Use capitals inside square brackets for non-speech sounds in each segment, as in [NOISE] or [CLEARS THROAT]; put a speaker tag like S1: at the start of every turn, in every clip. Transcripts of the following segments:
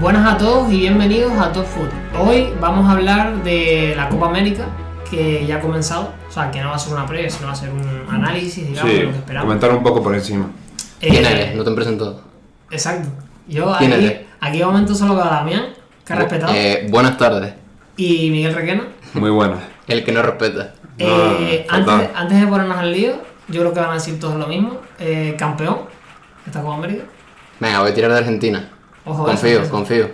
S1: Buenas a todos y bienvenidos a Top Food. Hoy vamos a hablar de la Copa América que ya ha comenzado, o sea, que no va a ser una previa, sino va a ser un análisis, digamos, de
S2: Sí,
S1: lo que esperamos.
S2: comentar un poco por encima.
S1: Eh,
S3: ¿Quién eres? No te han presentado.
S1: Exacto. Yo
S3: ¿Quién
S1: aquí,
S3: eres?
S1: aquí de momento solo veo a Damián, que ha respetado,
S3: Eh, buenas tardes.
S1: y Miguel Requena.
S2: Muy buena.
S3: El que no respeta.
S1: Eh,
S2: Ah,
S1: antes,
S2: fatal.
S1: antes de ponernos al lío, yo creo que van a decir todos lo mismo. Eh, campeón, esta Copa América.
S3: Venga, voy a tirar de Argentina.
S1: Ojo,
S3: confío,
S1: eso, eso.
S3: confío.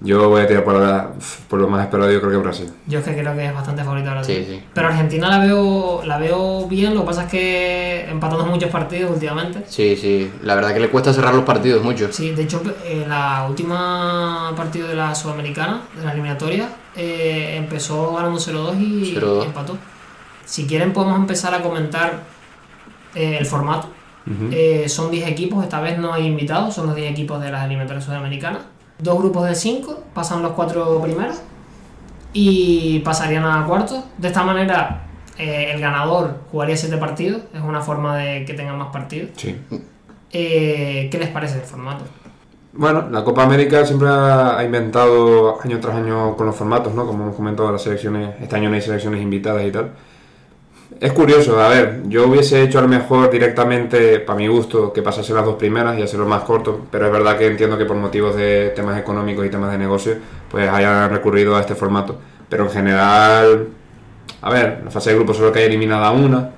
S2: Yo voy a tirar por, la- por lo más esperado, yo creo que Brasil.
S1: Yo es que creo que es bastante favorito ahora
S3: Sí, sí.
S1: Pero Argentina la veo, la veo bien, lo que pasa es que empatando muchos partidos últimamente.
S3: Sí, sí. La verdad que le cuesta cerrar los partidos mucho.
S1: Sí, de hecho, eh, la última partido de la Sudamericana, de la eliminatoria, eh, empezó ganando 0-2 y
S3: 0-2.
S1: empató. Si quieren, podemos empezar a comentar eh, el formato. Eh, son 10 equipos, esta vez no hay invitados, son los 10 equipos de las eliminatorias sudamericanas. Dos grupos de 5, pasan los cuatro primeros y pasarían a cuartos. De esta manera, eh, el ganador jugaría 7 partidos, es una forma de que tengan más partidos.
S2: Sí.
S1: Eh, ¿Qué les parece el formato?
S2: Bueno, la Copa América siempre ha ha inventado año tras año con los formatos, ¿no? Como hemos comentado, las selecciones, este año no hay selecciones invitadas y tal. Es curioso, a ver, yo hubiese hecho a lo mejor directamente, para mi gusto, que pasase las dos primeras y hacerlo más corto, pero es verdad que entiendo que por motivos de temas económicos y temas de negocio, pues hayan recurrido a este formato. Pero en general, a ver, en la fase de grupo solo que hay eliminada una,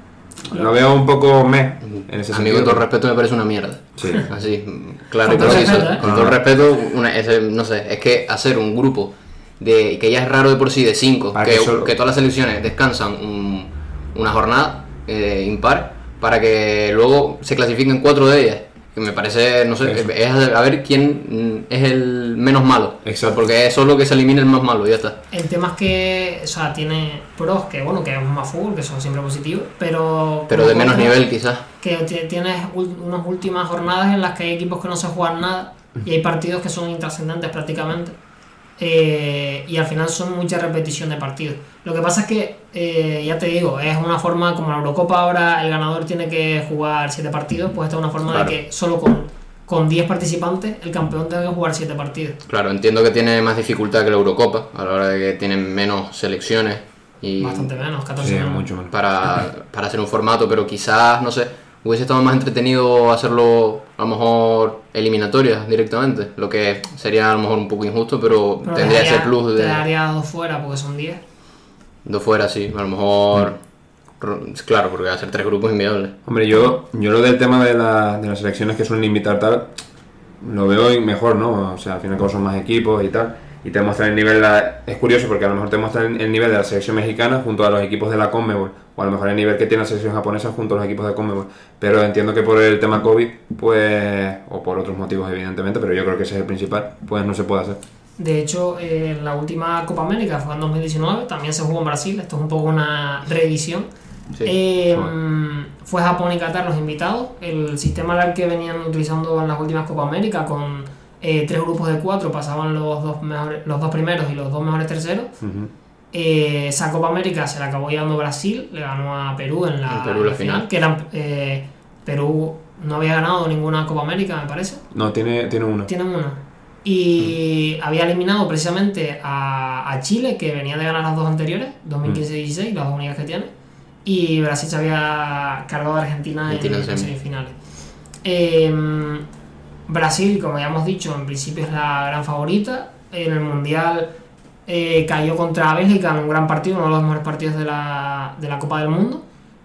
S2: lo veo un poco meh en ese sentido.
S3: Amigo, con todo respeto me parece una mierda.
S2: Sí.
S3: [LAUGHS] Así, mm, claro y
S1: Con todo
S3: conciso.
S1: respeto, ¿eh?
S3: Con todo respeto, una- ese- no sé, es que hacer un grupo de que ya es raro de por sí, de cinco,
S2: Para
S3: que,
S2: que solo-
S3: que todas las selecciones descansan un- una jornada eh, impar para que luego se clasifiquen cuatro de ellas. Que me parece, no sé,
S2: Eso.
S3: es a ver quién mm, es el menos malo.
S2: Exacto.
S3: Porque es solo que se elimina el más malo, y ya está.
S1: El tema es que, o sea, tiene pros que, bueno, que es más fútbol, que son siempre positivos, pero...
S3: Pero de
S1: como
S3: menos
S1: contra,
S3: nivel, quizás.
S1: Que ti- tienes ul- unas últimas jornadas en las que hay equipos que no se juegan nada y hay partidos que son intrascendentes prácticamente. Eh, y al final son mucha repetición de partidos. Lo que pasa es que, eh, ya te digo, es una forma, como la Eurocopa ahora el ganador tiene que jugar 7 partidos, pues esta es una forma
S3: Claro.
S1: de que solo con, con 10 participantes el campeón tenga que jugar 7 partidos.
S3: Claro, entiendo que tiene más dificultad que la Eurocopa, a la hora de que tienen menos selecciones y
S1: Bastante menos, 14
S2: Sí,
S1: menos.
S2: mucho menos.
S3: para, para hacer un formato, pero quizás, no sé, hubiese estado más entretenido hacerlo a lo mejor eliminatorias directamente, lo que sería a lo mejor un poco injusto, pero,
S1: Pero
S3: tendría
S1: te daría-
S3: ese plus
S1: Te
S3: de,
S1: daría dos fuera porque son 10.
S3: de fuera, sí, a lo mejor, ro- claro, porque hacer tres grupos es inviable.
S2: Hombre, yo, yo lo del tema de, la- de las selecciones que suelen invitar tal, lo veo mejor, ¿no? O sea, al final cabo son más equipos y tal. Y te muestran el nivel, la- es curioso porque a lo mejor te muestran el nivel de la selección mexicana junto a los equipos de la Conmebol, o a lo mejor el nivel que tiene la selección japonesa junto a los equipos de Conmebol. Pero entiendo que por el tema COVID, pues, o por otros motivos evidentemente, pero yo creo que ese es el principal, pues no se puede hacer.
S1: De hecho, eh, la última Copa América fue en 2019, también se jugó en Brasil, esto es un poco una reedición.
S3: Sí,
S1: Eh,
S2: joder.
S1: mm, fue Japón y Qatar los invitados, el sistema era el que venían utilizando en las últimas Copa América con eh, tres grupos de cuatro, pasaban los dos, mejores, los dos primeros y los dos mejores terceros.
S2: Ujú.
S1: Eh, esa Copa América se la acabó llevando Brasil, le ganó a Perú en la,
S3: En Perú la final.
S1: que eran, eh, Perú no había ganado ninguna Copa América, me parece.
S2: No, tiene, tiene uno. Mm.
S1: Tienen una. Y había eliminado precisamente a, a Chile, que venía de ganar las dos anteriores, 2015 y
S2: Mm.
S1: 16, las dos únicas que tiene. Y Brasil se había cargado a Argentina,
S3: Argentina
S1: en
S3: en
S1: las
S3: semi.
S1: semifinales. Eh, Brasil, como ya hemos dicho, en principio es la gran favorita. En el Mundial eh, cayó contra Bélgica en un gran partido, uno de los mejores partidos de la, de la Copa del Mundo.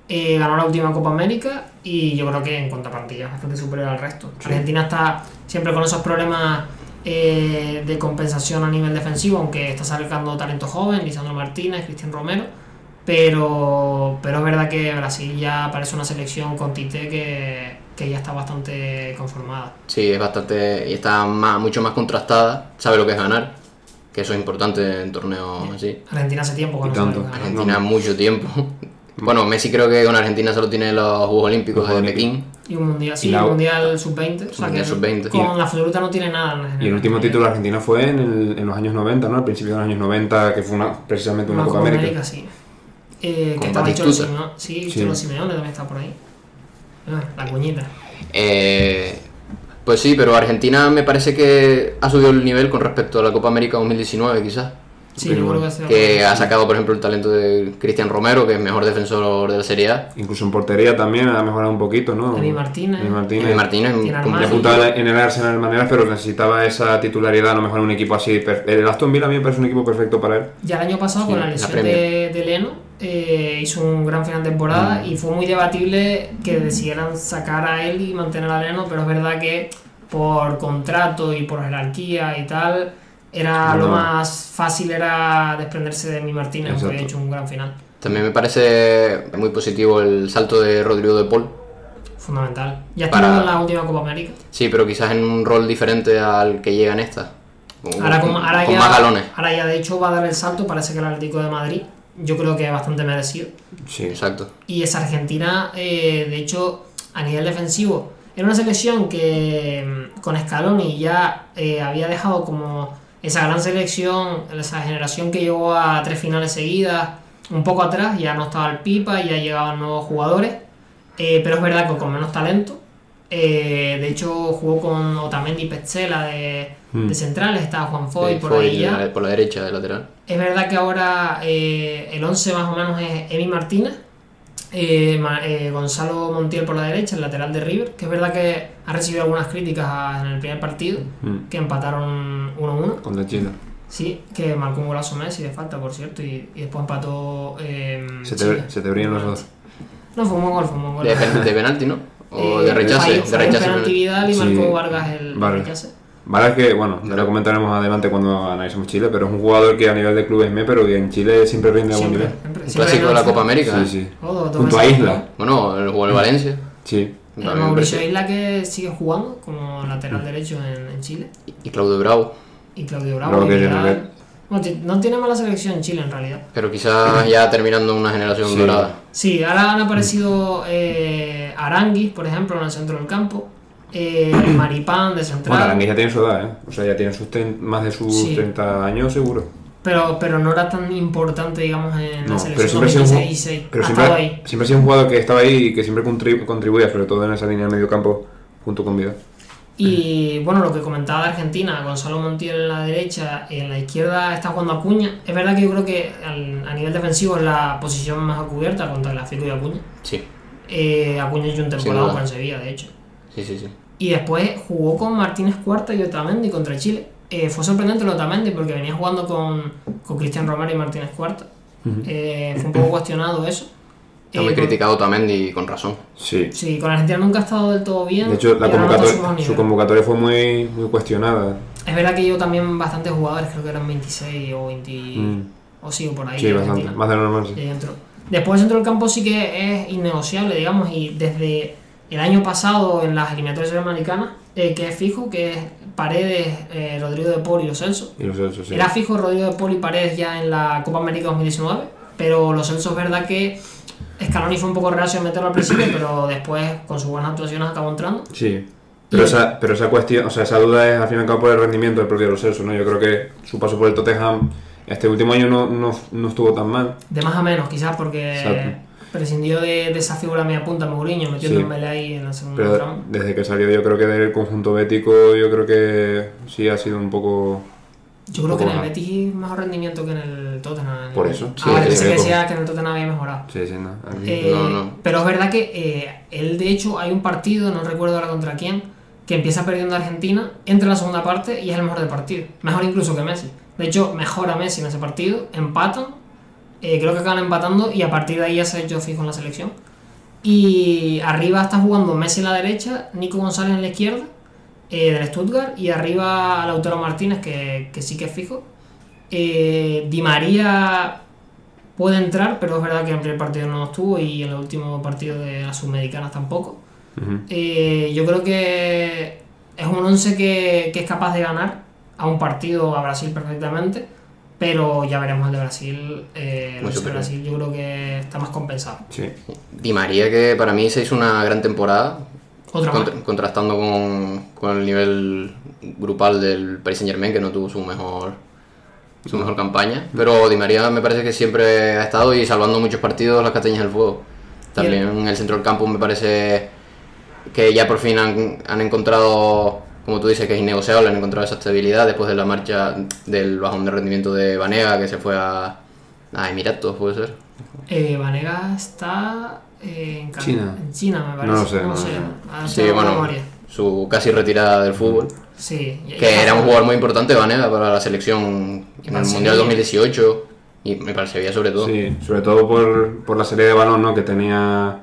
S1: Eh, ganó la última Copa América y yo creo que en contrapartida es bastante superior al resto. Argentina está siempre con esos problemas eh, de compensación a nivel defensivo, aunque está sacando talento joven, Lisandro Martínez, Cristian Romero. Pero, pero es verdad que Brasil ya parece una selección con Tite que, que ya está bastante conformada.
S3: Sí, es bastante, y está más, mucho más contrastada, sabe lo que es ganar, que eso es importante en torneos así.
S1: Argentina hace tiempo que
S2: Y
S1: no sabe
S2: tanto.
S1: ganar.
S3: Argentina mucho tiempo. [LAUGHS] Bueno, Messi creo que con Argentina solo tiene los Juegos Olímpicos
S2: Los Juegos
S3: de Pekín.
S1: Y un mundial, sí,
S2: Y la-
S1: un mundial sub-20. O sea
S3: Mundial
S1: que
S3: sub-20.
S1: Con la absoluta no tiene nada. en general.
S2: Y el último título de Argentina fue en, el- en los años 90, ¿no? Al principio de los años 90, que fue una, precisamente una, Copa América.
S1: sí. Eh,
S3: Con
S1: que estaba Cholo
S3: Batistuta.
S1: Simeone. Sí,
S2: Sí.
S1: Cholo Simeone también está por ahí. Ah, La cuñita.
S3: Eh, Pues sí, pero Argentina me parece que ha subido el nivel con respecto a la Copa América 2019, quizás.
S1: Sí,
S2: Pero
S1: yo creo
S2: bueno,
S1: que será.
S3: Que ha sacado, por ejemplo, el talento de Cristian Romero, que es mejor defensor de la Serie A.
S2: Incluso en portería también ha mejorado un poquito, ¿no?
S1: Emi Martínez.
S2: Emi
S3: Y
S2: Martínez.
S3: Martínez
S1: Tiene
S3: cumple-
S1: armario.
S2: Disputaba en el Arsenal de manera, pero necesitaba esa titularidad, a lo mejor en un equipo así. per- El Aston Villa a mí me parece un equipo perfecto para él.
S1: Ya el año pasado,
S3: Sí,
S1: con la
S3: la
S1: lesión
S3: Premier.
S1: de, de Leno, eh, hizo un gran final de temporada y fue muy debatible que decidieran sacar a él y mantener a Leno, pero es verdad que por contrato y por jerarquía y tal, era
S2: No.
S1: lo más fácil era desprenderse de mi Martínez, que había
S2: Exacto.
S1: hecho un gran final.
S3: También me parece muy positivo el salto de Rodrigo de Paul.
S1: Fundamental. Ya estuvo
S3: Para-
S1: en la última Copa América.
S3: Sí, pero quizás en un rol diferente al que llega en esta. Con-
S1: Ahora, con, ahora
S3: con
S1: ya,
S3: más galones.
S1: ahora ya, de hecho, va a dar el salto. Parece que el Atlético de Madrid, yo creo que es bastante merecido.
S2: Sí.
S3: Exacto.
S1: Y esa Argentina, eh, de hecho, a nivel defensivo, era una selección que mm, con Scaloni ya eh, había dejado como esa gran selección, esa generación que llegó a tres finales seguidas, un poco atrás, ya no estaba el Pipa, ya llegaban nuevos jugadores, eh, pero es verdad que con menos talento. Eh, de hecho, jugó con Otamendi y Petzela de,
S2: Mm.
S1: de centrales, estaba Juan Foy
S3: Sí,
S1: por
S3: Foy
S1: ahí
S3: de
S1: ya.
S3: la- por la derecha, de lateral.
S1: Es verdad que ahora eh, el 11 más o menos es Emi Martínez, eh, Ma- eh, Gonzalo Montiel por la derecha, el lateral de River, que es verdad que ha recibido algunas críticas a- en el primer partido,
S2: Mm.
S1: que empataron 1-1,
S2: Con la China.
S1: sí, que marcó un golazo Messi de falta, por cierto, y, y después empató... em,
S2: Se
S1: Chile.
S2: te, se te brillan los dos.
S1: No, fue un buen gol, fue un buen gol.
S3: De, pen- de penalti, ¿no? O
S1: Eh,
S3: de rechace.
S1: falló-
S3: de
S1: falló
S3: rechace
S1: un penalti Vidal y
S2: Sí.
S1: marcó Vargas el
S2: Vale.
S1: rechace.
S2: Vale, es que, bueno, ya lo comentaremos adelante cuando analizamos Chile, pero es un jugador que a nivel de clubes me, pero que en Chile siempre rinde a buen
S1: Siempre,
S2: nivel.
S1: siempre-
S3: Un
S1: siempre
S3: clásico de la
S1: ganamos.
S3: Copa América.
S2: Sí,
S3: ¿eh?
S2: sí.
S1: Oh, dos- dos
S2: Junto a
S1: veces.
S2: Isla.
S3: Bueno, el juego del Valencia.
S2: Sí.
S1: Eh,
S3: También
S1: Mauricio
S3: parece-
S1: Isla que sigue jugando como lateral derecho en, en Chile.
S3: Y Claudio Bravo.
S1: Y Claudio Bravo.
S2: Bravo que
S1: que
S2: tiene
S1: ya-
S2: nivel.
S1: Bueno, ti- no tiene mala selección en Chile en realidad.
S3: Pero quizás ya terminando una generación
S2: Sí.
S3: dorada.
S1: Sí, ahora han aparecido eh, Aranguis, por ejemplo, en el centro del campo. Eh, Maripán de
S2: Bueno,
S1: central.
S2: Aranguis ya tiene su edad, ¿eh? O sea, ya tiene sus ten- más de sus
S1: Sí.
S2: 30 años seguro.
S1: pero, pero no era tan importante, digamos, en
S2: No,
S1: la
S2: pero
S1: selección
S2: siempre ha sido, un,
S1: 2016.
S2: pero
S1: Ha
S2: siempre,
S1: estado "Ah, ahí.
S2: siempre ha sido un jugador que estaba ahí y que siempre contribu- contribuía, sobre todo en esa línea de medio campo, junto con Vida.
S1: Y bueno, lo que comentaba de Argentina, Gonzalo Montiel en la derecha y en la izquierda está jugando Acuña. Es verdad que yo creo que al- a nivel defensivo es la posición más cubierta contra el Fico y Acuña.
S3: Sí,
S1: Eh, Acuña hizo un temporada
S3: duda.
S1: con el Sevilla, de hecho.
S3: sí, sí. sí.
S1: Y después jugó con Martínez Cuarta y Otamendi contra Chile. Eh, fue sorprendente lo de Otamendi porque venía jugando con, con Cristian Romero y Martínez Cuarta. Eh, fue un poco cuestionado eso.
S3: Está
S1: Eh,
S3: muy
S1: con-
S3: criticado también y con razón.
S2: Sí.
S1: Sí, con Argentina nunca ha estado del todo bien.
S2: De hecho, la
S1: y ahora no está a su
S2: convocatoria,
S1: mejor
S2: su
S1: nivel.
S2: convocatoria fue muy, muy cuestionada.
S1: Es verdad que yo también bastantes jugadores, creo que eran 26 o 20.
S2: Mm.
S1: O sí, o por ahí.
S2: Sí,
S1: de
S2: bastante.
S1: Argentina.
S2: Más de lo normal, sí.
S1: de dentro. Después el centro del campo sí que es innegociable, digamos, y desde el año pasado en las eliminatorias americanas, eh, que es fijo, que es Paredes, eh, Rodrigo de Paul y Los Celso.
S2: Y los otros, sí.
S1: Era fijo Rodrigo de Paul y Paredes ya en la Copa América 2019, pero Los Celso es verdad que Scaloni fue un poco reacio a meterlo al principio, pero después con sus buenas actuaciones acabó entrando.
S2: Sí. Pero esa, pero esa cuestión, o sea, esa duda es al fin y al cabo por el rendimiento del propio Roselso, ¿no? Yo creo que su paso por el Tottenham este último año no, no, no estuvo tan mal.
S1: De más a menos, quizás porque
S2: Exacto.
S1: prescindió de, de esa figura media punta Mourinho, metió
S2: Sí.
S1: un Dembélé ahí en el segundo
S2: Pero
S1: tramo.
S2: desde que salió yo creo que del conjunto bético, yo creo que sí ha sido un poco...
S1: Yo creo que en el
S2: Ojalá.
S1: Betis mejor rendimiento que en el Tottenham.
S2: Por eso.
S1: Ah, vale,
S3: Sí,
S1: pensé
S2: sí,
S1: que
S2: sí.
S1: decía que en el Tottenham había mejorado.
S2: Sí, sí, no. a mí-
S1: Eh,
S3: No, no.
S1: Pero es verdad que eh, él, de hecho, hay un partido, no recuerdo ahora contra quién, que empieza perdiendo a Argentina, entra en la segunda parte y es el mejor del partido. Mejor incluso que Messi. De hecho, mejora Messi en ese partido, empatan, eh, creo que acaban empatando y a partir de ahí ya se ha hecho fijo en la selección. Y arriba está jugando Messi en la derecha, Nico González en la izquierda, eh, del Stuttgart, y arriba Lautaro Martínez, que, que sí que es fijo. Eh, Di María puede entrar, pero es verdad que en el primer partido no estuvo y en el último partido de las sudamericanas tampoco.
S2: Ujú.
S1: Eh, yo creo que es un 11 que, que es capaz de ganar a un partido a Brasil perfectamente, pero ya veremos el de Brasil. Eh, el 11
S3: Muy
S1: de
S3: superior.
S1: Brasil yo creo que está más compensado.
S2: Sí.
S3: Di María, que para mí se hizo una gran temporada,
S1: Otra más.
S3: contra- contrastando con, con el nivel grupal del Paris Saint Germain, que no tuvo su mejor su mejor campaña. Pero Di María me parece que siempre ha estado y salvando muchos partidos las castañas del fuego. También el centro del campo me parece que ya por fin han, han encontrado, como tú dices, que es innegociable, han encontrado esa estabilidad después de la marcha del bajón de rendimiento de Banega, que se fue a, a Emiratos, puede ser.
S1: Eh, Vanega está eh, en, Can-
S2: China.
S1: en China, me parece.
S2: No lo sé, no lo sé.
S1: Ah,
S3: Sí,
S1: tengo
S3: bueno,
S1: memoria.
S3: su casi retirada del fútbol.
S1: Sí, y- y-
S3: Que era un jugador muy importante, Vanega, para la selección en el
S1: Para Sevilla.
S3: Mundial 2018 y me parece bien sobre todo.
S2: Sí, sobre todo por, por la serie de balón ¿no? que tenía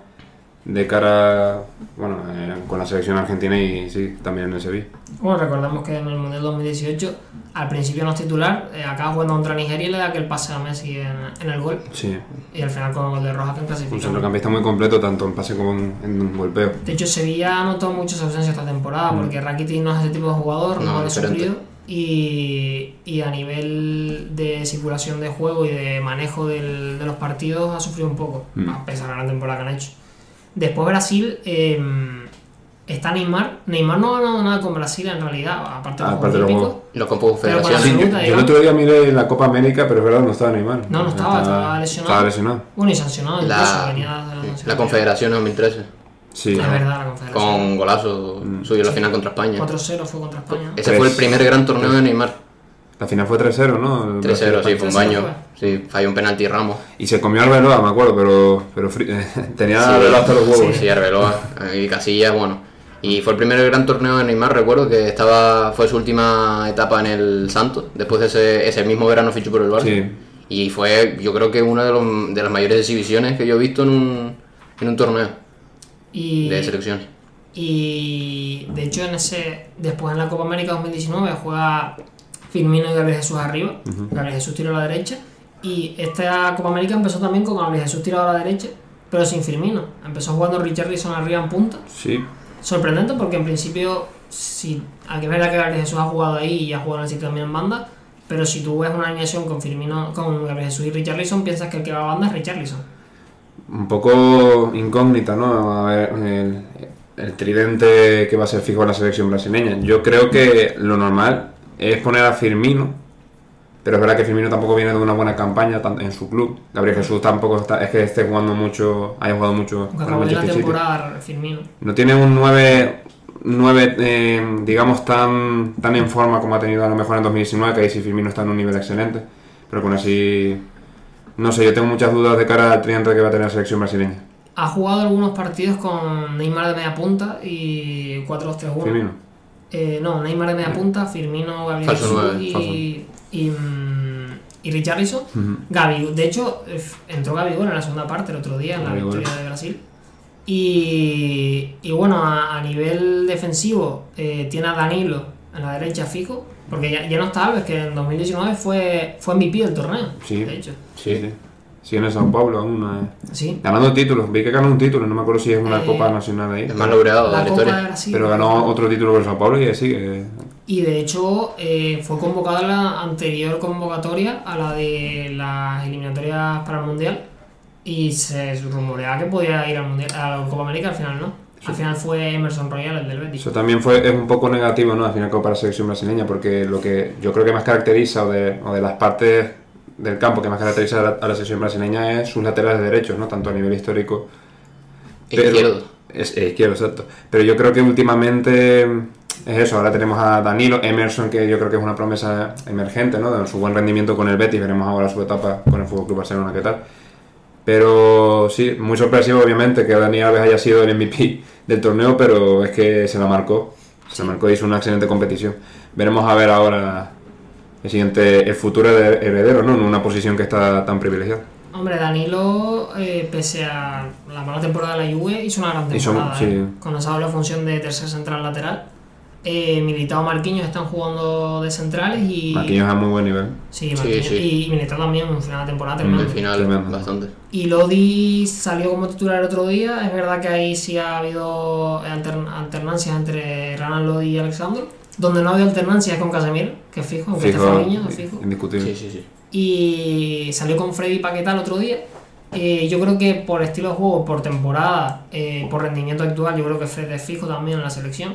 S2: de cara bueno, eh, con la selección argentina y sí, también en el Sevilla.
S1: Bueno, recordamos que en el Mundial 2018, al principio no es titular, eh, acaba jugando contra Nigeria y le da aquel pase a Messi en, en el gol.
S2: Sí,
S1: Y al final con el gol de Roja que
S2: un
S1: clasifica.
S2: centrocampista muy completo, tanto en pase como en, en un golpeo.
S1: De hecho, Sevilla ha notado muchas ausencias esta temporada,
S2: Mm.
S1: porque Rakitic no es ese tipo de jugador,
S3: No,
S1: no, lo ha
S3: diferente.
S1: sufrido. Y, y a nivel de circulación de juego y de manejo del- de los partidos ha sufrido un poco,
S2: Mm.
S1: a pesar de la gran temporada que han hecho. Después Brasil, eh, está Neymar. Neymar no ha ganado nada con Brasil en realidad, aparte de los
S2: Aparte de
S1: Juegos
S2: los
S1: Olímpicos.
S2: Juegos.
S3: Los Campos
S1: Pero
S3: Federación.
S1: para
S2: Sí, yo, yo el otro día miré la Copa América, pero es verdad, no estaba Neymar.
S1: No, no estaba, estaba lesionado.
S2: Estaba lesionado.
S1: Bueno, y sancionado incluso,
S3: la,
S1: venía de la
S3: sí, la Confederación 2013.
S2: Sí,
S1: Es verdad, la Confederación.
S3: Con golazo suyo en la final contra España.
S1: 4-0 fue contra España.
S2: Mm.
S3: Ese
S2: Tres.
S3: fue el primer gran torneo de Neymar.
S2: la final fue 3-0, ¿no? El
S3: 3-0, sí,
S2: Brasil.
S3: fue un
S1: 3-0
S3: baño. Sí, falló un penalti Ramos.
S2: Y se comió al Veloa, me acuerdo, pero, pero fri- [LAUGHS] tenía
S3: Sí.
S2: al Veloa hasta los huevos.
S3: Sí, Arbeloa y Casillas, bueno. Y fue el primer gran torneo de Neymar, recuerdo que estaba fue su última etapa en el Santos, después de ese, ese mismo verano fichó por el Barça.
S2: Sí.
S3: Y fue, yo creo que una de, los- de las mayores exhibiciones que yo he visto en un, en un torneo
S1: Y,
S3: de selecciones.
S1: y de hecho, en ese después en la Copa América 2019 juega Firmino y Gabriel Jesús arriba. Gabriel Jesús tiro a la derecha. Y esta Copa América empezó también con Gabriel Jesús tirado a la derecha, pero sin Firmino. Empezó jugando Richarlison arriba en punta.
S2: Sí,
S1: Sorprendente porque en principio, si, a que es verdad que Gabriel Jesús ha jugado ahí y ha jugado en el sitio también en banda, pero si tú ves una alineación con Firmino, con Gabriel Jesús y Richarlison, piensas que el que va a banda es Richarlison.
S2: un poco incógnita, ¿no? A ver, el, el tridente que va a ser fijo en la selección brasileña. Yo creo que lo normal es poner a Firmino, pero es verdad que Firmino tampoco viene de una buena campaña tan- en su club. Gabriel Jesús tampoco está, es que esté jugando mucho, haya jugado mucho
S1: Aunque
S2: con el
S1: acabó bien la
S2: Manchester City.
S1: temporada Firmino.
S2: No tiene un 9, 9 eh, digamos, tan, tan en forma como ha tenido a lo mejor en 2019, que ahí sí Firmino está en un nivel excelente. Pero con así, no sé, yo tengo muchas dudas de cara al tridente que va a tener la selección brasileña.
S1: Ha jugado algunos partidos con Neymar de media punta y 4-2-3-1.
S2: Firmino.
S1: Eh, no, Neymar de media punta, Firmino, Gabriel
S3: Falso
S1: Jesús
S3: nueve,
S1: y, y, mm, y Richarlison. Gabi, de hecho, f- entró Gabigol en la segunda parte el otro día en la
S2: Gabigol.
S1: victoria de Brasil. Y, y bueno, a, a nivel defensivo, eh, tiene a Danilo en la derecha fijo, porque ya, ya no está Alves, que en 2019 fue, fue MVP del torneo.
S2: Sí.
S1: De hecho,
S2: Sí, sí. Sí, en el Sao Paulo aún. no es-
S1: sí.
S2: Ganando títulos, vi que ganó un título, no me acuerdo si es una
S1: Eh,
S2: Copa Nacional ahí.
S3: El más laureado de
S1: La Copa
S3: la
S1: de
S3: historia.
S1: Brasil.
S2: Pero ganó otro título con el Sao Paulo y eh. así que.
S1: Y de hecho, eh, fue convocada en la anterior convocatoria a la de las eliminatorias para el Mundial. Y se rumoreaba que podía ir al Mundial, a la Copa América, al final no. Al final fue Emerson Royal, el del Betis.
S2: Eso también fue, es un poco negativo, ¿no? Al final, como para la selección brasileña, porque lo que yo creo que más caracteriza, o de, o de las partes del campo que más caracteriza a la, a la selección brasileña, es sus laterales derechos, ¿no? Tanto a nivel histórico.
S3: E izquierdo.
S2: Es, e izquierdo, exacto. Pero yo creo que últimamente mm, es eso. Ahora tenemos a Danilo, Emerson, que yo creo que es una promesa emergente, ¿no? De su buen rendimiento con el Betis. Veremos ahora su etapa con el Fútbol Club Barcelona, ¿qué tal? Pero sí, muy sorpresivo obviamente que Dani Alves haya sido el MVP del torneo, pero es que se la marcó. Se la marcó y hizo una excelente competición. Veremos a ver ahora el siguiente, el futuro de- heredero, ¿no? En una posición que está tan privilegiada.
S1: Hombre, Danilo, eh, pese a la mala temporada de la Juve, hizo una gran
S2: Hizo-
S1: temporada.
S2: sí.
S1: eh. Con esa doble función de tercer central lateral. Eh, Militao Marquinhos están jugando de centrales y.
S2: Marquinhos a muy buen nivel.
S1: Sí, Marquinhos.
S3: sí.
S1: Y, y Militao también, un final de
S2: Mm,
S1: temporada tremendo.
S3: Al final,
S2: Tremendo.
S3: bastante.
S1: Y Lodi salió como titular el otro día. Es verdad que ahí sí ha habido altern- alternancias entre Renan Lodi y Alexandro. Donde no ha habido alternancias es con Casemiro, que es fijo, aunque esté
S2: Fijo,
S1: Fabinho, es fijo.
S2: indiscutible.
S3: Sí, sí, sí.
S1: y salió con Freddy Paquetá el otro día. Eh, yo creo que por estilo de juego, por temporada, eh, por rendimiento actual, yo creo que Fred es fijo también en la selección.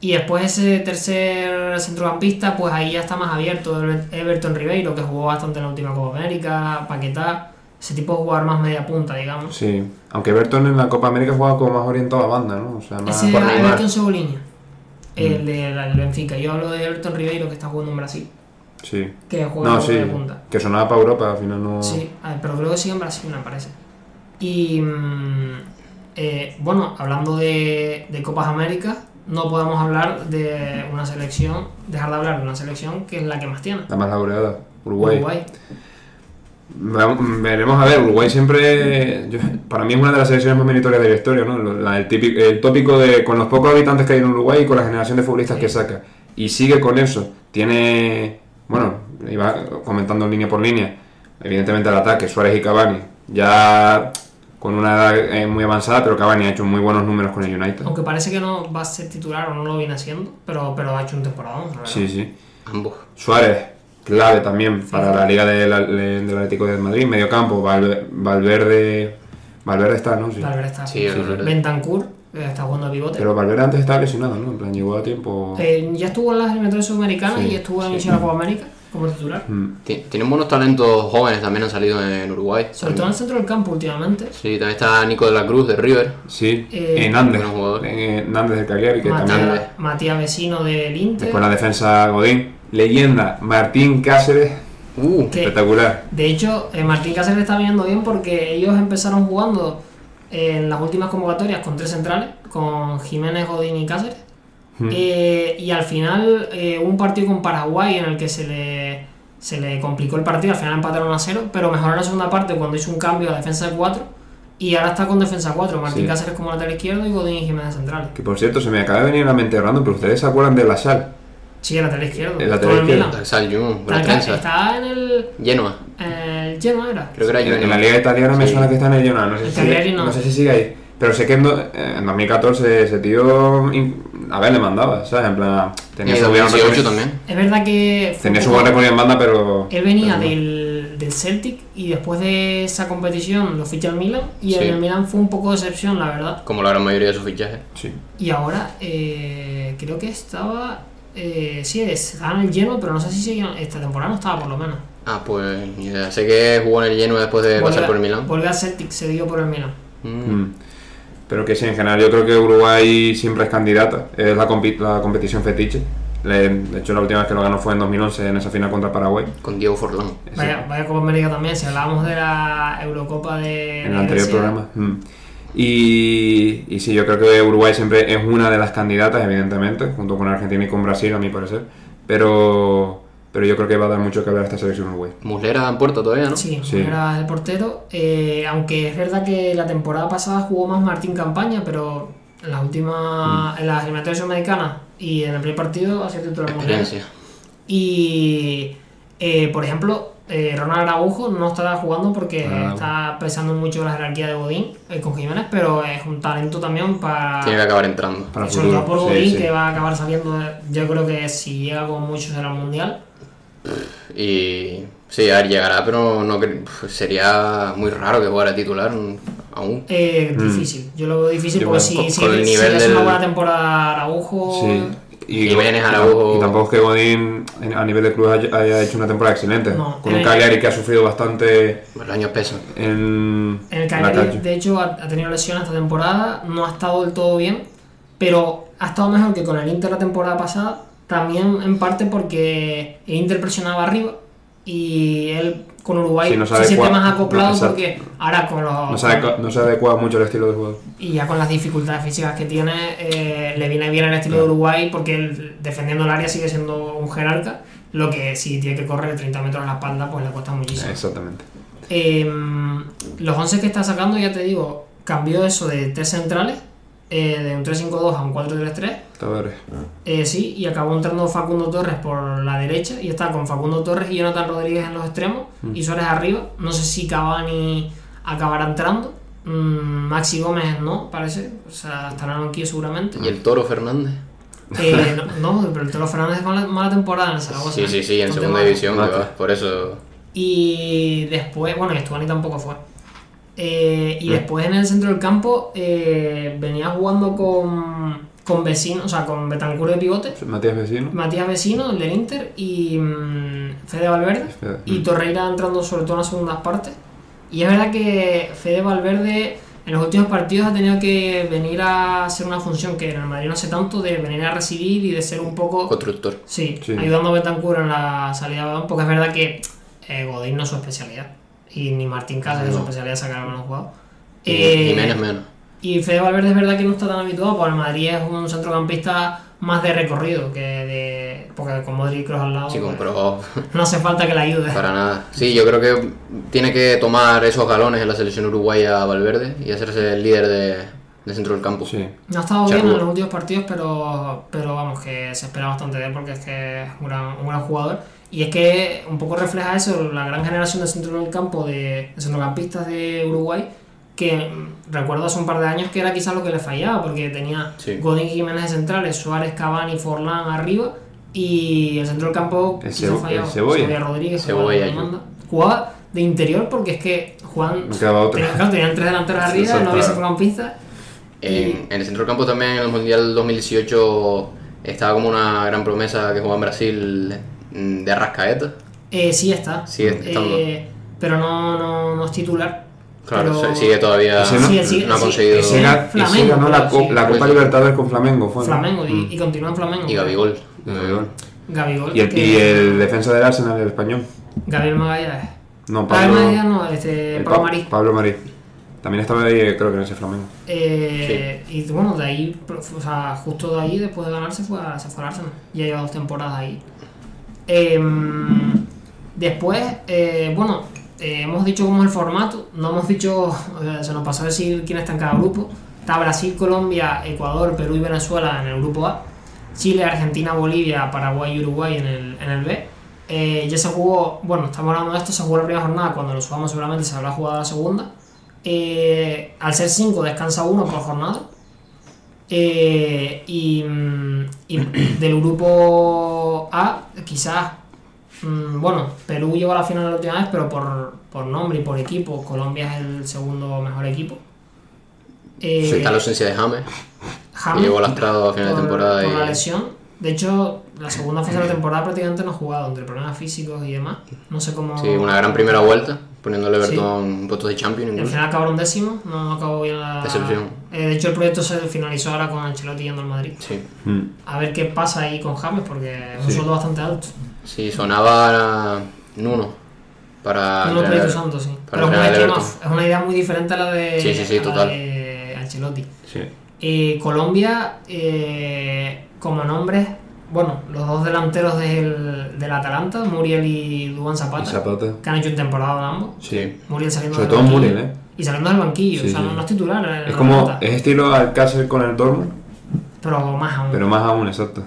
S1: Y después ese tercer centrocampista, pues ahí ya está más abierto. Ever- Everton Ribeiro, que jugó bastante en la última Copa América, Paquetá, ese tipo de jugador más media punta, digamos.
S2: Sí, aunque Everton en la Copa América jugaba como más orientado a banda, ¿no? O sea, más Mm.
S1: Ese
S3: por
S1: era
S3: Neymar.
S1: Everton Cebolinha, el del del Benfica. Yo hablo de Everton Ribeiro que está jugando en Brasil,
S2: Sí.
S1: que juega
S2: No,
S1: como
S2: sí.
S1: media punta.
S2: Que sonaba para Europa, al final no.
S1: Sí, a ver, pero creo que sigue en Brasil, me parece. Y mm, eh, bueno, hablando de, de Copas Américas, no podemos hablar de una selección, dejar de hablar de una selección que es la que más tiene.
S2: La más laureada. Uruguay. Va- Veremos a ver, Uruguay siempre. yo- para mí es una de las selecciones más meritorias de la historia, ¿no? Lo- la- el, típico- el tópico de con los pocos habitantes que hay en Uruguay y con la generación de futbolistas que saca. Y sigue con eso. Tiene. Bueno, iba comentando línea por línea. Evidentemente al ataque, Suárez y Cavani. Ya con una edad eh, muy avanzada, pero Cavani ha hecho muy buenos números con el United.
S1: Aunque parece que no va a ser titular o no lo viene haciendo, pero, pero ha hecho un temporadón. la verdad.
S2: Sí, sí.
S3: Ambos.
S2: Suárez, clave también para la Liga de la- de- del Atlético de Madrid. Medio campo, Valver- Valverde. Valverde está, ¿no? Sí.
S1: Valverde está.
S3: Sí, Valverde.
S1: Bentancur eh, está jugando de pivote.
S2: Pero Valverde antes estaba lesionado, ¿no? En plan, llegó a tiempo.
S1: Eh, ya estuvo en las eliminatorias sudamericanas
S2: Sí,
S1: y estuvo en
S3: sí.
S1: el inicio de la Copa América como titular.
S2: Mm.
S3: Ti- Tienen buenos talentos jóvenes también han salido en Uruguay.
S1: Sobre todo en el centro del campo últimamente.
S3: Sí, también está Nico de la Cruz de River.
S2: Sí,
S1: Eh,
S2: Hernández.
S3: buen jugador.
S2: Eh, Hernández del Cagliari, que también.
S1: Matías Matías Vecino del Inter.
S2: Después la defensa Godín. Leyenda, Martín Cáceres.
S3: Uh,
S1: ¿Qué?
S2: Espectacular.
S1: De hecho, eh, Martín Cáceres está viendo bien porque ellos empezaron jugando en las últimas convocatorias con tres centrales, con Jiménez, Godín y Cáceres.
S2: Mm.
S1: Eh, y al final eh, hubo un partido con Paraguay en el que se le, se le complicó el partido, al final empataron a cero, pero mejoró la segunda parte cuando hizo un cambio a defensa de 4 y ahora está con defensa 4, Martín
S2: Sí.
S1: Cáceres como lateral izquierdo y Godín y Jiménez centrales.
S2: Que por cierto, se me acaba de venir a la mente hablando, pero ustedes se acuerdan de la sal.
S1: Sí, el lateral izquierdo.
S2: El lateral
S1: todo
S2: izquierdo.
S1: Milan.
S3: Axel Jung,
S1: Está,
S3: buena
S1: acá-
S3: trenza.
S1: está en el,
S3: Genoa,
S1: el Genoa, ¿era?
S3: creo que era
S2: En, en
S3: Genoa. Eh,
S2: la Liga Italiana me
S3: Sí.
S2: suena que está en el Girona, No sé,
S1: El
S2: si
S1: Cagliari
S2: sigue,
S1: no.
S2: sé si sigue ahí. Pero sé que en, do- eh, en 2014 ese tío. in- A ver, le mandaba, ¿sabes? En plan.
S3: En
S2: Tenía
S3: el
S2: su buena
S3: 2018
S2: recorrido-
S3: también.
S1: Es verdad que... fue
S2: Tenía
S1: un
S2: su
S1: poco-
S2: buen recorrido en banda, pero.
S1: Él venía
S2: pero no.
S1: del, del Celtic y después de esa competición lo ficha al Milan y
S3: Sí.
S1: en el Milan fue un poco de decepción, la verdad.
S3: Como la gran mayoría de sus fichajes.
S2: Sí.
S1: Y ahora eh, creo que estaba... Eh, sí, es- estaba en el lleno, pero no sé si sigue- esta temporada no estaba por lo menos.
S3: Ah, pues ni idea. Sé que jugó en el Genoa después de pasar Eh, por el Milán.
S1: Volvió al Celtic, se dio por el Milan.
S3: Mm.
S2: Mm. Pero que sí, en general yo creo que Uruguay siempre es candidata. Es la, compi- la competición fetiche. Le- de hecho, la última vez que lo ganó fue en 2011 en esa final contra Paraguay.
S3: Con Diego Forlán.
S2: Ese-
S1: Vaya, vaya Copa América también, si hablábamos de la Eurocopa de...
S2: en el
S1: de
S2: anterior
S1: Grecia,
S2: programa. Mm. Y, y sí, yo creo que Uruguay siempre es una de las candidatas, evidentemente, junto con Argentina y con Brasil, a mi parecer. Pero, pero yo creo que va a dar mucho que hablar esta selección Uruguay.
S3: Muslera en puerta todavía, ¿no?
S1: Sí,
S2: Sí.
S1: era el portero. eh, aunque es verdad que la temporada pasada jugó más Martín Campaña, pero en las
S2: Mm.
S1: últimas. en las eliminatorias sudamericanas y en el primer partido ha sido titular mundial.
S3: Experiencia.
S1: Y. eh, por ejemplo, eh, Ronald Araujo no está jugando porque
S2: Ah.
S1: está pesando mucho la jerarquía de Godín eh, con Jiménez, pero es un talento también para.
S3: Tiene que acabar entrando.
S2: Para el
S1: sobre todo por
S2: futuro.
S1: Godín,
S2: Sí, sí.
S1: que va a acabar saliendo. de- Yo creo que si llega con muchos será el mundial.
S3: Y sí, a ver, llegará, pero no cre- pf, sería muy raro que jugara titular aún.
S1: Eh, Difícil, yo lo veo difícil
S2: Mm. Yo
S1: porque
S2: creo,
S1: si,
S3: con-
S1: si,
S3: con el
S1: si
S3: nivel
S1: le hace una
S3: del-
S1: buena temporada a Araujo,
S2: Sí.
S3: Jiménez, Araujo.
S2: y tampoco es que Godín en- a nivel de club haya, haya hecho una temporada excelente.
S1: No.
S2: con un
S1: Eh.
S2: Cagliari que ha sufrido bastante
S3: Los años pesan.
S2: en,
S1: en el
S2: la
S1: Cagliari
S2: cancha.
S1: de hecho ha, ha tenido lesiones esta temporada, no ha estado del todo bien, pero ha estado mejor que con el Inter la temporada pasada, también en parte porque el Inter presionaba arriba y él con Uruguay
S2: Sí, no
S1: se
S2: sabe
S1: siente
S2: cuál-
S1: más acoplado
S2: exacto.
S1: porque ahora con los
S2: No se, adecua, no se adecua mucho el estilo de juego.
S1: y ya con las dificultades físicas que tiene eh, le viene bien el estilo de Uruguay porque él defendiendo el área sigue siendo un jerarca, lo que si tiene que correr 30 metros a la espalda pues le cuesta muchísimo.
S2: Exactamente.
S1: Eh, los 11 que está sacando, ya te digo, cambió eso de tres centrales, eh, de un 3-5-2 a un 4-3-3.
S2: Tabares.
S1: eh, sí, y acabó entrando Facundo Torres por la derecha y está con Facundo Torres y Jonathan Rodríguez en los extremos
S3: Mm.
S1: y Suárez arriba. No sé si Cavani acabará entrando. Mm, Maxi Gómez no, parece. O sea, estará en el banquillo seguramente.
S3: ¿Y el Toro Fernández?
S1: Eh, no, no, pero el Toro Fernández con la mala temporada en el Zaragoza. ¿eh?
S3: Sí, sí, sí, en
S1: No te
S3: segunda
S1: vale.
S3: división, que
S2: Mate.
S3: va, por eso.
S1: Y después, bueno, y Estuani tampoco fue. Eh,
S3: Mm.
S1: y después en el centro del campo eh, venía jugando con, con Vecino, o sea, con Betancur de pivote,
S2: Matías Vecino.
S1: Matías Vecino, el del Inter, y mm, Fede Valverde,
S2: Fede,
S1: y
S2: mm.
S1: Torreira entrando sobre todo en las segundas partes. Y es verdad que Fede Valverde en los últimos partidos ha tenido que venir a hacer una función que en el Madrid no hace tanto, de venir a recibir y de ser un poco...
S3: Constructor.
S1: Sí,
S2: Sí.
S1: ayudando a Betancur en la salida de balón, porque es verdad que eh, Godín no es su especialidad. Y ni Martín Casas es su
S3: No.
S1: especialidad es sacar el balón jugado.
S3: Y-
S1: Eh,
S3: y menos, menos.
S1: y Fede Valverde es verdad que no está tan habituado, porque el Madrid es un centrocampista más de recorrido que de. Porque con Modric y Kroos al lado.
S3: Sí,
S1: pues,
S3: compró
S1: No hace falta que le ayude.
S3: [LAUGHS] para nada. Sí, yo creo que tiene que tomar esos galones en la selección uruguaya Valverde y hacerse el líder de, de centro del campo.
S2: Sí.
S1: No ha estado bien
S3: Charrúa.
S1: en los últimos partidos, pero, pero vamos, que se espera bastante de él porque es que es un gran, un gran jugador. Y es que un poco refleja eso, la gran generación de centro del campo, de, de centrocampistas de Uruguay, que mm, recuerdo hace un par de años que era quizás lo que le fallaba, porque tenía
S3: Sí.
S1: Godín y Jiménez de centrales, Suárez, Cavani, Forlán arriba, y el centro del campo
S2: El
S1: quizás
S2: Cebo-
S1: fallaba.
S2: el Cebolla.
S1: Rodríguez,
S3: Cebolla,
S1: Juan Armando. jugaba de interior porque es que Juan...
S2: No quedaba otra.
S1: Tenían, [LAUGHS] claro, tenían tres delanteros
S2: [LAUGHS] Sí,
S1: arriba, no
S2: exacto.
S1: había centrocampistas.
S3: En, en el centro del campo también en el Mundial 2018 estaba como una gran promesa que jugaba en Brasil mm, de Arrascaeta.
S1: Eh, sí está.
S3: Sigue estando.
S1: Eh, pero no, no, no es titular.
S3: Claro,
S1: Pero-
S3: se- sigue todavía.
S2: Ese no-
S1: Sí, sí,
S3: no ha
S1: sí,
S3: conseguido.
S1: ese
S2: Se, ga- y se
S1: Flamengo,
S2: ganó la,
S1: pero
S2: co-
S1: sí.
S2: la Copa
S3: Pues sí.
S2: Libertadores con Flamengo. Fue, ¿no?
S1: Flamengo y,
S2: Mm.
S1: y continúa en Flamengo.
S3: Y Gabigol.
S2: De Gabigol.
S1: Gabigol.
S2: Y el,
S1: que-
S2: y el defensa del Arsenal, el español.
S1: Gabriel Magallanes.
S2: No,
S1: Gabriel
S2: Pablo,
S1: Magallanes no, este,
S2: el
S1: Pablo
S2: Pa-
S1: Marí.
S2: Pablo Marí. También estaba ahí, eh, creo que en ese Flamengo.
S1: Eh, Y bueno, de ahí, pro- o sea, justo de ahí, después de ganarse, fue a, se fue al Arsenal. Ya lleva dos temporadas ahí. Em, después, eh, bueno, eh, hemos dicho cómo es el formato, no hemos dicho, [LAUGHS] eh, se nos pasó a decir quién está en cada grupo. Está Brasil, Colombia, Ecuador, Perú y Venezuela en el grupo A. Chile, Argentina, Bolivia, Paraguay y Uruguay en el, en el B. Eh, ya se jugó, bueno, estamos hablando de esto, se jugó la primera jornada, cuando lo subamos seguramente se habrá jugado la segunda. Eh, al ser 5 descansa uno por jornada. Eh, y, mm,
S3: [CLEARS THROAT]
S1: y del grupo A, quizás, mm, bueno, Perú llegó a la final la última vez, pero por, por nombre y por equipo, Colombia es el segundo mejor equipo. Eh,
S3: Está la ausencia de James, que
S1: James,
S3: llegó lastrado a final de
S1: por-
S3: temporada.
S1: por la
S3: y-
S1: lesión. De hecho, la segunda fase de la temporada prácticamente no ha jugado, entre problemas físicos y demás. No sé cómo.
S3: Sí, una gran primera vuelta, poniéndole a
S1: Sí.
S3: Everton puestos de Champions
S1: Al
S3: incluso.
S1: final acabaron décimo, no acabó bien la.
S3: Decepción.
S1: Eh, de hecho, el proyecto se finalizó ahora con Ancelotti yendo al Madrid.
S3: Sí.
S2: Mm.
S1: A ver qué pasa ahí con James, porque es un
S2: Sí.
S1: sueldo bastante alto.
S3: Sí, sonaba Nuno para
S1: no lo
S3: entrenar.
S1: proyecto santo, sí.
S3: Ah, para
S1: Pero es un
S3: entrenar al
S1: esquema,
S3: Everton.
S1: es una idea muy diferente a la de,
S3: Sí, sí, sí,
S1: a la
S3: total.
S1: de Ancelotti.
S2: Sí.
S1: Eh, Colombia, eh, como nombres, bueno, los dos delanteros del, del Atalanta, Muriel y Duan
S2: Y
S1: Zapata,
S2: Zapata.
S1: que han hecho un temporada ambos.
S2: Sí.
S1: Muriel saliendo
S2: Sobre
S1: del
S2: todo
S1: banquillo.
S2: Muriel, ¿eh?
S1: Y saliendo del banquillo,
S2: Sí,
S1: o sea,
S2: sí.
S1: no, no es titular. eh, en
S2: Es
S1: la
S2: como,
S1: Atalanta,
S2: es estilo Alcácer con el Dortmund,
S1: Pero más aún.
S2: pero más aún, exacto.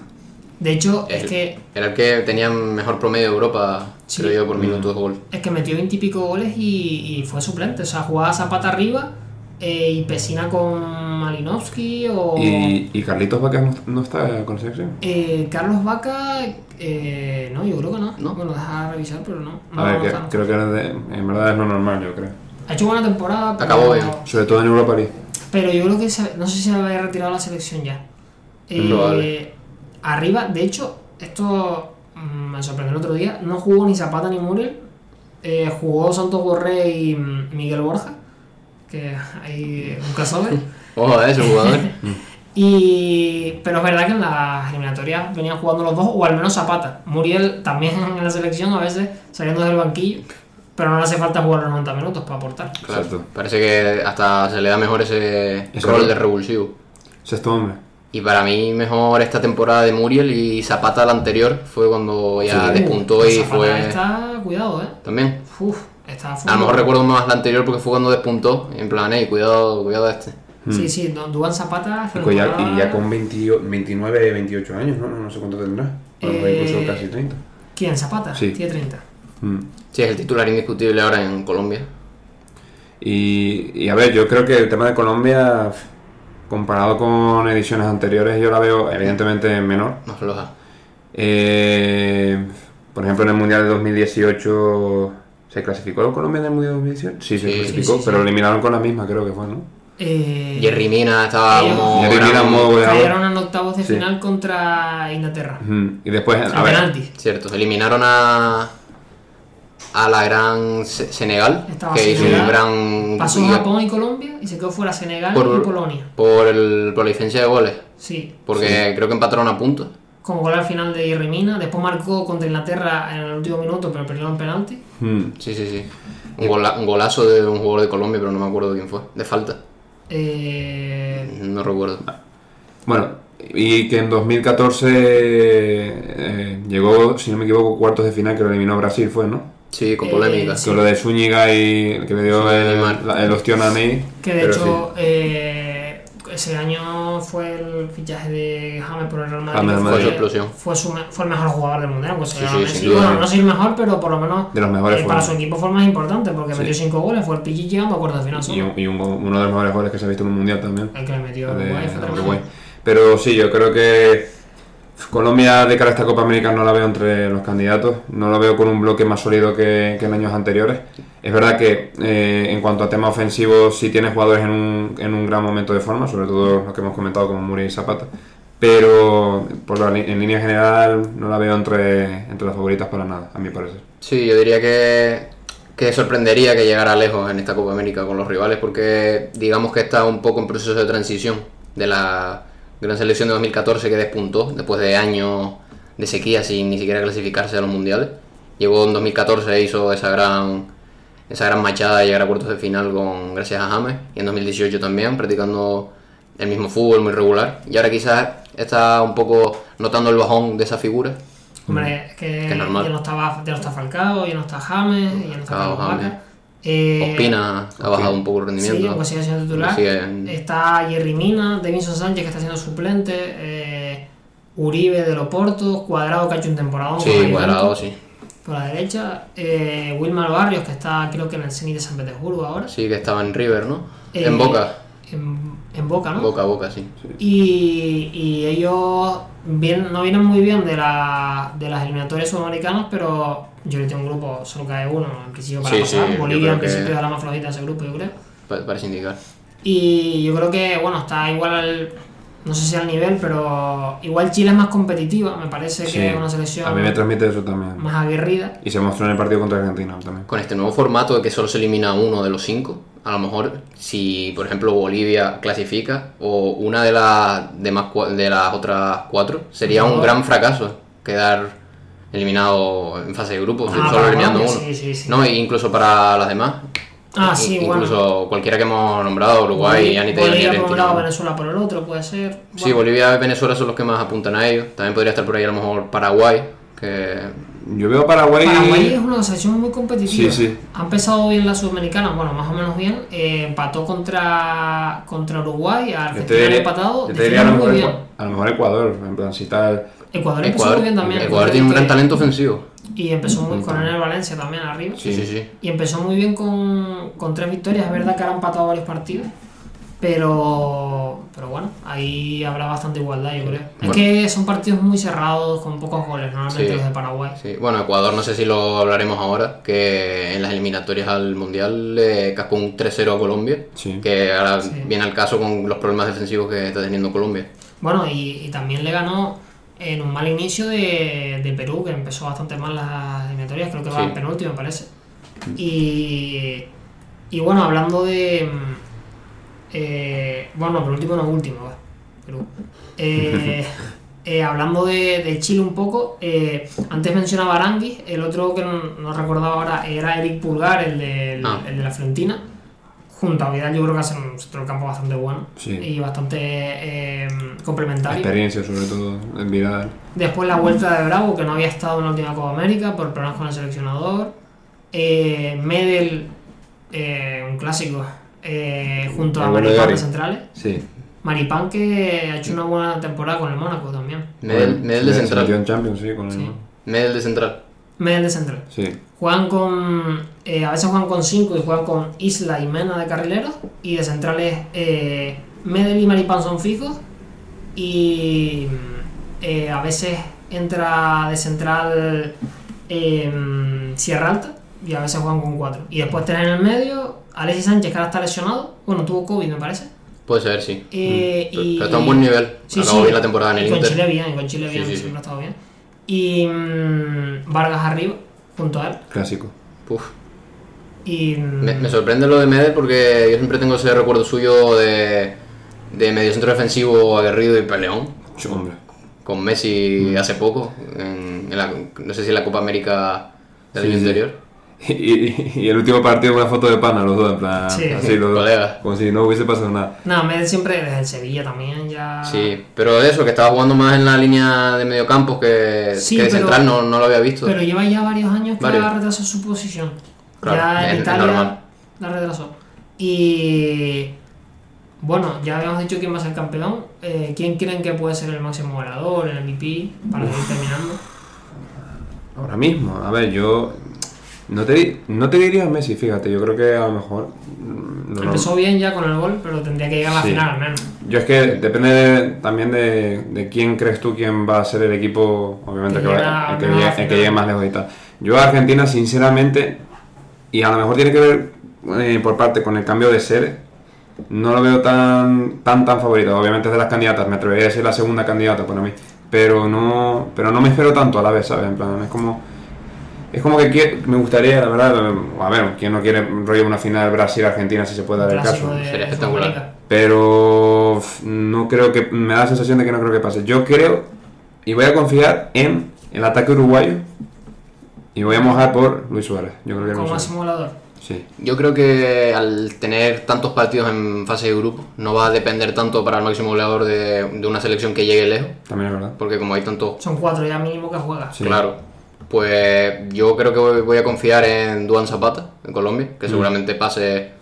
S1: de hecho,
S3: El-
S1: es que,
S3: Era el que tenía mejor promedio de Europa,
S1: Sí.
S3: creo yo, por
S2: Mm.
S3: minutos de gol.
S1: es que metió 20 y pico goles y, y fue suplente. O sea, jugaba Zapata arriba eh, y Pesina con Malinowski o...
S2: Y, y Carlitos Vaca no, no está con selección.
S1: Eh, Carlos Vaca, eh, no, yo creo que no.
S3: ¿No?
S1: Bueno, deja revisar, pero no.
S2: A
S1: No,
S2: ver,
S1: no
S2: que-
S1: está, no.
S2: creo que era de- en verdad es lo normal, yo creo.
S1: Ha hecho buena temporada, pero,
S3: Acabó bien.
S2: Sobre todo en Europa League.
S1: pero yo creo que se- no sé si se había retirado la selección ya. Eh,
S3: Es probable.
S1: Arriba, de hecho, esto mm, me sorprendió el otro día. No jugó ni Zapata ni Muriel. Eh, jugó Santos Borré y mm, Miguel Borja, que hay un
S3: [LAUGHS]
S1: crossover.
S3: Ojo a ese jugador.
S1: [LAUGHS] Y, pero es verdad que en las eliminatorias venían jugando los dos, o al menos Zapata. Muriel también [LAUGHS] en la selección, a veces saliendo del banquillo, pero no le hace falta jugar los 90 minutos para aportar.
S3: Claro.
S2: Exacto.
S3: Parece que hasta se le da mejor ese
S2: Ese
S3: rol
S2: rol.
S3: de revulsivo.
S2: Sexto hombre.
S3: Y para mí mejor esta temporada de Muriel y Zapata la anterior fue cuando ya
S2: Sí.
S3: despuntó
S1: Uh,
S3: y
S1: Zapata
S3: fue...
S1: está, cuidado, eh.
S3: También.
S1: Uf, está full.
S3: A lo mejor recuerdo más la anterior porque fue cuando despuntó. En plan, hey, cuidado, cuidado este.
S1: Sí, sí, Du- Duván Zapata.
S2: Mm. Y pues ya, y ya
S1: temporada-
S2: con 20 29, 28 años, ¿no? No, no sé cuánto tendrá. A lo mejor
S1: Eh,
S2: incluso casi 30.
S1: ¿Quién? Zapata,
S2: Sí.
S1: tiene 30.
S2: Mm.
S3: Sí, es el titular indiscutible ahora en Colombia.
S2: Y, y a ver, yo creo que el tema de Colombia, comparado con ediciones anteriores, yo la veo evidentemente menor.
S3: Más floja.
S2: Eh, por ejemplo, en el Mundial de 2018, ¿se clasificó Colombia en el Mundial de 2018? Sí, se
S3: Sí.
S2: clasificó,
S1: Sí, sí, sí.
S2: pero eliminaron con la misma, creo que fue, ¿no?
S1: Eh,
S3: Jerry Mina estaba
S1: Ellos-
S3: como...
S2: Jerry
S3: gran-
S2: Mina en modo goleador.
S1: Cayeron en octavos de
S2: Sí.
S1: final contra Inglaterra.
S2: Ujú. Y después,
S1: En
S2: a ver,
S1: penaltis.
S3: Cierto, eliminaron a. a la gran Se- Senegal,
S1: Estaba
S3: que hizo
S1: Senegal,
S3: un gran
S1: Pasó
S3: día
S1: Japón y Colombia y se quedó fuera Senegal
S3: Por-
S1: y Polonia.
S3: por, el, por la diferencia de goles,
S1: Sí.
S3: porque creo que empataron a puntos.
S1: Como gol al final de Jerry Mina. Después marcó contra Inglaterra en el último minuto, pero perdió en penalti.
S2: Hmm.
S3: Sí, sí, sí. Un, gola- un golazo de un jugador de Colombia, pero no me acuerdo quién fue. De falta.
S1: Eh,
S3: No recuerdo.
S2: Bueno, y que en 2014 eh, llegó, si no me equivoco, cuartos de final que lo eliminó Brasil, fue, ¿no?
S3: Sí, con
S1: Eh,
S3: polémica.
S1: sí.
S2: Con lo de Zúñiga y que le dio
S3: Sí,
S2: el,
S3: Neymar.
S2: la- el ostión a Ney.
S1: que de
S2: pero
S1: hecho eh, ese año fue el fichaje de James por el Real Madrid.
S2: James
S1: que
S2: al
S3: Madrid.
S1: fue,
S3: Explosión.
S1: fue, su me- fue el mejor jugador del mundial. Pues,
S3: Sí,
S1: era
S3: sí,
S1: Messi.
S3: sin duda.
S1: Bueno, no soy el mejor, pero por lo menos
S2: De los mejores
S1: eh, para
S2: jugadores.
S1: su equipo fue el más importante porque
S2: Sí.
S1: metió 5 goles. Fue el pichichi llegando a cuartos de final.
S2: sí.
S1: solo.
S2: Y, un- y un- uno de los mejores goles que se ha visto en un mundial también.
S1: El que le metió a
S2: de-
S1: Uruguay,
S2: de
S1: fue tremendo.
S2: Uruguay. Pero sí, yo creo que Colombia de cara a esta Copa América no la veo entre los candidatos, no la veo con un bloque más sólido que, que en años anteriores. Es verdad que eh, en cuanto a tema ofensivo sí tiene jugadores en un, en un gran momento de forma, sobre todo los que hemos comentado como Muri y Zapata, pero por la li- en línea general no la veo entre, entre las favoritas para nada, a mi parecer.
S3: Sí, yo diría que, que sorprendería que llegara lejos en esta Copa América con los rivales porque digamos que está un poco en proceso de transición de la gran selección de 2014 que despuntó después de años de sequía sin ni siquiera clasificarse a los mundiales. Llegó en 2014 e hizo esa gran esa gran machada de llegar a cuartos de final con gracias a James y en 2018 también practicando el mismo fútbol muy regular y ahora quizás está un poco notando el bajón de esa figura
S1: Hombre, es que,
S3: Que es normal.
S1: ya no estaba ya no está Falcao, ya no está James, ya no está
S3: Falcao,
S1: Carlos Vaca.
S3: James.
S1: Eh,
S3: Ospina ha bajado un poco el rendimiento.
S1: Sí, aunque sigue siendo titular.
S3: Sigue en-
S1: Está Jerry Mina, Devinson Sánchez que está siendo suplente, eh, Uribe de Loporto, Cuadrado que ha hecho un temporada
S3: Sí, cuadrado, sí.
S1: por la derecha, eh, Wilmar Barrios que está creo que en el Zenit de San Petersburgo ahora.
S3: Sí, que estaba en River, ¿no?
S1: Eh, ¿ah?
S3: en Boca.
S1: En, en Boca, ¿no?
S3: Boca a Boca, sí.
S1: Y, y ellos vienen- no vienen muy bien de, la, de las eliminatorias sudamericanas, pero yo le tengo un grupo, solo cae uno en principio para
S3: Sí,
S1: pasar.
S3: sí, yo
S1: Bolivia
S3: creo
S1: en
S3: que-
S1: principio era la más flojita de ese grupo, yo creo.
S3: pa- Para sindicar.
S1: Y yo creo que, bueno, está igual al. No sé si al nivel, pero igual Chile es más competitiva, me parece
S2: Sí,
S1: que es una
S2: a mí me
S1: selección
S2: transmite eso también.
S1: más aguerrida.
S2: Y se mostró en el partido contra Argentina también.
S3: Con este nuevo formato de que solo se elimina uno de los cinco, a lo mejor si, por ejemplo, Bolivia clasifica o una de, las demás cua- de las otras cuatro, sería
S1: No.
S3: un gran fracaso quedar eliminado en fase de grupos,
S1: Ah,
S3: solo
S1: para
S3: eliminando uno.
S1: Colombia, sí, sí, sí.
S3: No, e incluso para las demás.
S1: Ah,
S3: In-
S1: sí, bueno.
S3: incluso cualquiera que hemos nombrado, Uruguay, ya ni te digo ni
S1: Bolivia por un
S3: Argentina.
S1: lado, Venezuela por el otro, puede ser.
S3: Sí,
S1: Bueno,
S3: Bolivia y Venezuela son los que más apuntan a ellos. También podría estar por ahí a lo mejor Paraguay, que
S2: Yo veo a Paraguay...
S1: Paraguay es una selección muy competitiva.
S2: Sí, sí.
S1: Ha empezado bien la Sudamericana, bueno, más o menos bien. eh, empató contra, contra Uruguay, a
S2: Yo
S1: Argentina
S2: te
S1: le
S2: diría,
S1: ha empatado.
S2: yo te diría a, lo
S1: defiende
S2: mejor,
S1: muy bien.
S2: Ecua- a lo mejor Ecuador, en plan, si tal.
S1: Ecuador empezó
S3: Ecuador,
S1: muy bien también.
S3: Ecuador tiene un gran talento ofensivo.
S1: Y empezó muy con el Valencia también arriba.
S3: Sí, sí, sí.
S1: Y empezó muy bien con, con tres victorias. Es verdad que ahora han empatado varios partidos. Pero, pero bueno, ahí habrá bastante igualdad, yo creo.
S3: Bueno.
S1: Es que son partidos muy cerrados, con pocos goles, normalmente
S3: Sí.
S1: los de Paraguay.
S3: Sí, Bueno, Ecuador no sé si lo hablaremos ahora, que en las eliminatorias al Mundial le cascó un 3-0 a Colombia,
S2: Sí.
S3: que ahora
S1: Sí.
S3: viene al caso con los problemas defensivos que está teniendo Colombia.
S1: Bueno, y, y también le ganó en un mal inicio de, de Perú, que empezó bastante mal las eliminatorias, creo que va
S3: Sí. Mm.
S1: en penúltimo, me parece. Y, y bueno, hablando de. mm, eh, bueno, penúltimo no último, va, Perú.
S3: [LAUGHS]
S1: Eh, eh, hablando de, de Chile un poco, eh, antes mencionaba Aranguis, el otro que no, no recordaba ahora era Eric Pulgar, el de, el-
S3: Ah.
S1: el de la Fiorentina. Junto a Vidal, yo creo que hacen un centro del campo bastante bueno
S2: Sí.
S1: y bastante eh, complementario.
S2: Experiencia, sobre todo, en Vidal.
S1: Después la vuelta de Bravo, que no había estado en la última Copa América por problemas con el seleccionador. Eh, Medel, eh, un clásico, eh, junto a
S2: El bueno de
S1: Maripán de
S2: Gary.
S1: centrales.
S2: Sí.
S1: Maripán que ha hecho una buena temporada con el Mónaco también.
S3: Medel, Medel de
S2: Se metió
S3: central.
S2: en Champions, sí, con el-
S1: Sí.
S3: Medel de central.
S1: Medel de central.
S2: Sí.
S1: Juegan con. eh, a veces juegan con 5 y juegan con Isla y Mena de carrileros. Y de centrales, eh, Medellín y Maripán son fijos. Y mm, eh, a veces entra de central eh, Sierra Alta. Y a veces juegan con 4. Y después tenés en el medio Alexis Sánchez, que ahora está lesionado. Bueno, tuvo COVID, me parece.
S3: Puede ser, sí.
S1: Eh,
S3: Mm, Pero-
S1: y-
S3: pero está a un buen nivel.
S1: Sí,
S3: Acabó
S1: sí.
S3: bien la temporada en el
S1: Y con
S3: Inter.
S1: Chile bien, y con Chile
S3: Sí,
S1: bien,
S3: sí, sí.
S1: siempre ha estado bien. Y mm, Vargas arriba, junto a él.
S2: Clásico.
S3: Uf.
S1: Y mm,
S3: Me, me sorprende lo de Medel porque yo siempre tengo ese recuerdo suyo de, de mediocentro defensivo aguerrido y peleón.
S2: Mucho hombre. [LAUGHS]
S3: Con Messi hace poco, en, en la- no sé si en la Copa América del
S2: Sí,
S3: año
S2: sí.
S3: anterior.
S2: Y, y- y el último partido una foto de pana, los dos, en plan,
S1: Sí.
S2: así, los dos,
S3: Colega.
S2: como si no hubiese pasado nada.
S1: nada, Medel siempre desde el Sevilla también ya...
S3: Sí, pero eso, que estaba jugando más en la línea de mediocampo que,
S1: Sí,
S3: que de
S1: pero-
S3: central, no, no lo había visto.
S1: Pero lleva ya varios años que
S3: Varios.
S1: ha retrasado su posición.
S3: Claro,
S1: ya en
S3: es- es
S1: Italia
S3: normal.
S1: la retrasó. Y bueno, ya habíamos dicho quién va a ser campeón. Eh, ¿Quién creen que puede ser el máximo goleador, el MVP, para ir terminando?
S2: Ahora mismo, a ver, yo no te, di- no te diría Messi, fíjate, yo creo que a lo mejor... mm, lo
S1: Empezó bien ya con el gol, pero tendría que llegar a la
S2: Sí.
S1: final al menos.
S2: Yo es que depende de- también de, de quién crees tú quién va a ser el equipo, obviamente,
S1: Que
S2: que, va-
S1: llega
S2: el que,
S1: más
S2: llegue,
S1: a la
S2: el que
S1: final.
S2: llegue más lejos y tal. Yo a Argentina, sinceramente, y a lo mejor tiene que ver eh, por parte con el cambio de sede, no lo veo tan tan tan favorito. Obviamente es de las candidatas, me atrevería a decir la segunda candidata para mí, pero no pero no me espero tanto a la vez, ¿sabes? En plan, es como es como que quie- me gustaría, la verdad, a ver, quién no quiere rollo una final Brasil-Argentina si se puede dar el
S1: Clásico
S2: caso.
S1: de
S3: Sería espectacular.
S1: Sudamérica.
S2: Pero f- no creo que. Me da la sensación de que no creo que pase. Yo creo. Y voy a confiar en el ataque uruguayo. Y voy a mojar por Luis Suárez. Yo creo que
S1: Como
S2: Luis Suárez.
S1: máximo goleador.
S2: Sí.
S3: Yo creo que al tener tantos partidos en fase de grupo, no va a depender tanto para el máximo goleador de, de una selección que llegue lejos,
S2: También es verdad.
S3: porque como hay tantos,
S1: Son cuatro ya mínimo que juega.
S2: Sí.
S3: claro, pues yo creo que voy- voy a confiar en Duan Zapata, en Colombia,
S1: Mm.
S3: que seguramente pase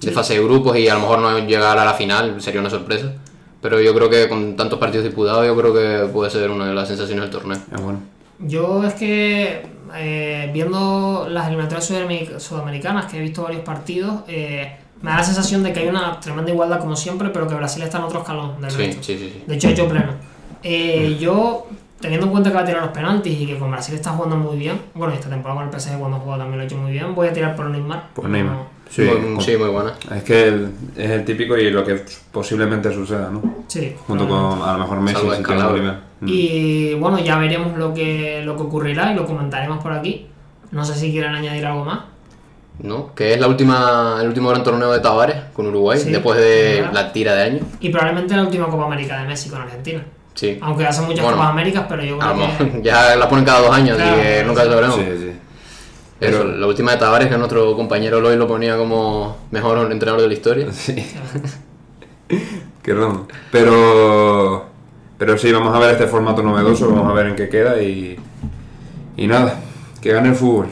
S3: de fase de grupos y a lo mejor no llegar a la final, sería una sorpresa. Pero yo creo que con tantos partidos disputados, yo creo que puede ser una de las sensaciones del torneo.
S2: Es bueno.
S1: Yo es que eh, viendo las eliminatorias sudameric- sudamericanas, que he visto varios partidos, eh, me da la sensación de que hay una tremenda igualdad como siempre, pero que Brasil está en otro escalón del
S3: Sí,
S1: resto.
S3: sí, sí. sí.
S1: De hecho, he hecho pleno.
S2: Mm.
S1: Eh, Yo, teniendo en cuenta que va a tirar los penaltis y que con Brasil está jugando muy bien, bueno, y esta temporada con el PSG cuando juega también lo ha hecho muy bien, voy a tirar por Neymar.
S2: Por Pues Neymar.
S1: No.
S2: Sí.
S3: muy, sí, muy buena.
S2: Es que el- es el típico y lo que posiblemente suceda, ¿no?
S1: Sí.
S2: Junto
S1: probablemente.
S2: con a lo mejor Messi.
S3: Salvo
S2: si tiene un
S3: Escalabro.
S2: nivel. Mm.
S1: Y bueno, ya veremos lo que, lo que ocurrirá y lo comentaremos por aquí. No sé si quieren añadir algo más.
S3: ¿no? Que es la última, el último gran torneo de Tavares con Uruguay,
S1: Sí,
S3: después de
S1: ¿verdad?
S3: la tira de años.
S1: Y probablemente la última Copa América de México en Argentina.
S3: Sí.
S1: Aunque hacen muchas
S3: Bueno.
S1: Copas Américas, pero yo creo
S3: Vamos,
S1: que.
S3: [LAUGHS] ya la ponen cada dos años,
S1: Claro.
S3: así que nunca sabremos.
S2: Sí, sí.
S3: Pero la última de Tavares, que nuestro compañero Loy lo ponía como mejor entrenador de la historia.
S2: Sí. [LAUGHS]
S3: [LAUGHS]
S2: Qué raro. Pero. Pero sí, vamos a ver este formato novedoso, vamos a ver en qué queda y. Y nada, que gane el
S3: [LAUGHS]
S2: fútbol.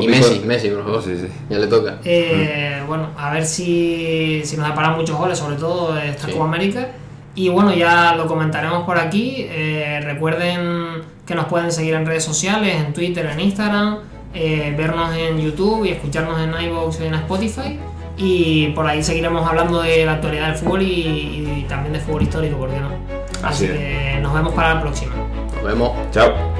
S3: Y Messi, Messi, por favor.
S2: Sí, sí.
S3: Ya le toca.
S1: Eh, Bueno, a ver si, si nos deparan muchos goles, sobre todo de esta
S3: Sí.
S1: Copa América. Y bueno, ya lo comentaremos por aquí. Eh, recuerden que nos pueden seguir en redes sociales, en Twitter, en Instagram, eh, vernos en YouTube y escucharnos en iVoox y en Spotify. Y por ahí seguiremos hablando de la actualidad del fútbol y, y también de fútbol histórico, ¿por qué no? Así
S2: Así es.
S1: que nos vemos para la próxima.
S3: Nos vemos.
S2: Chao.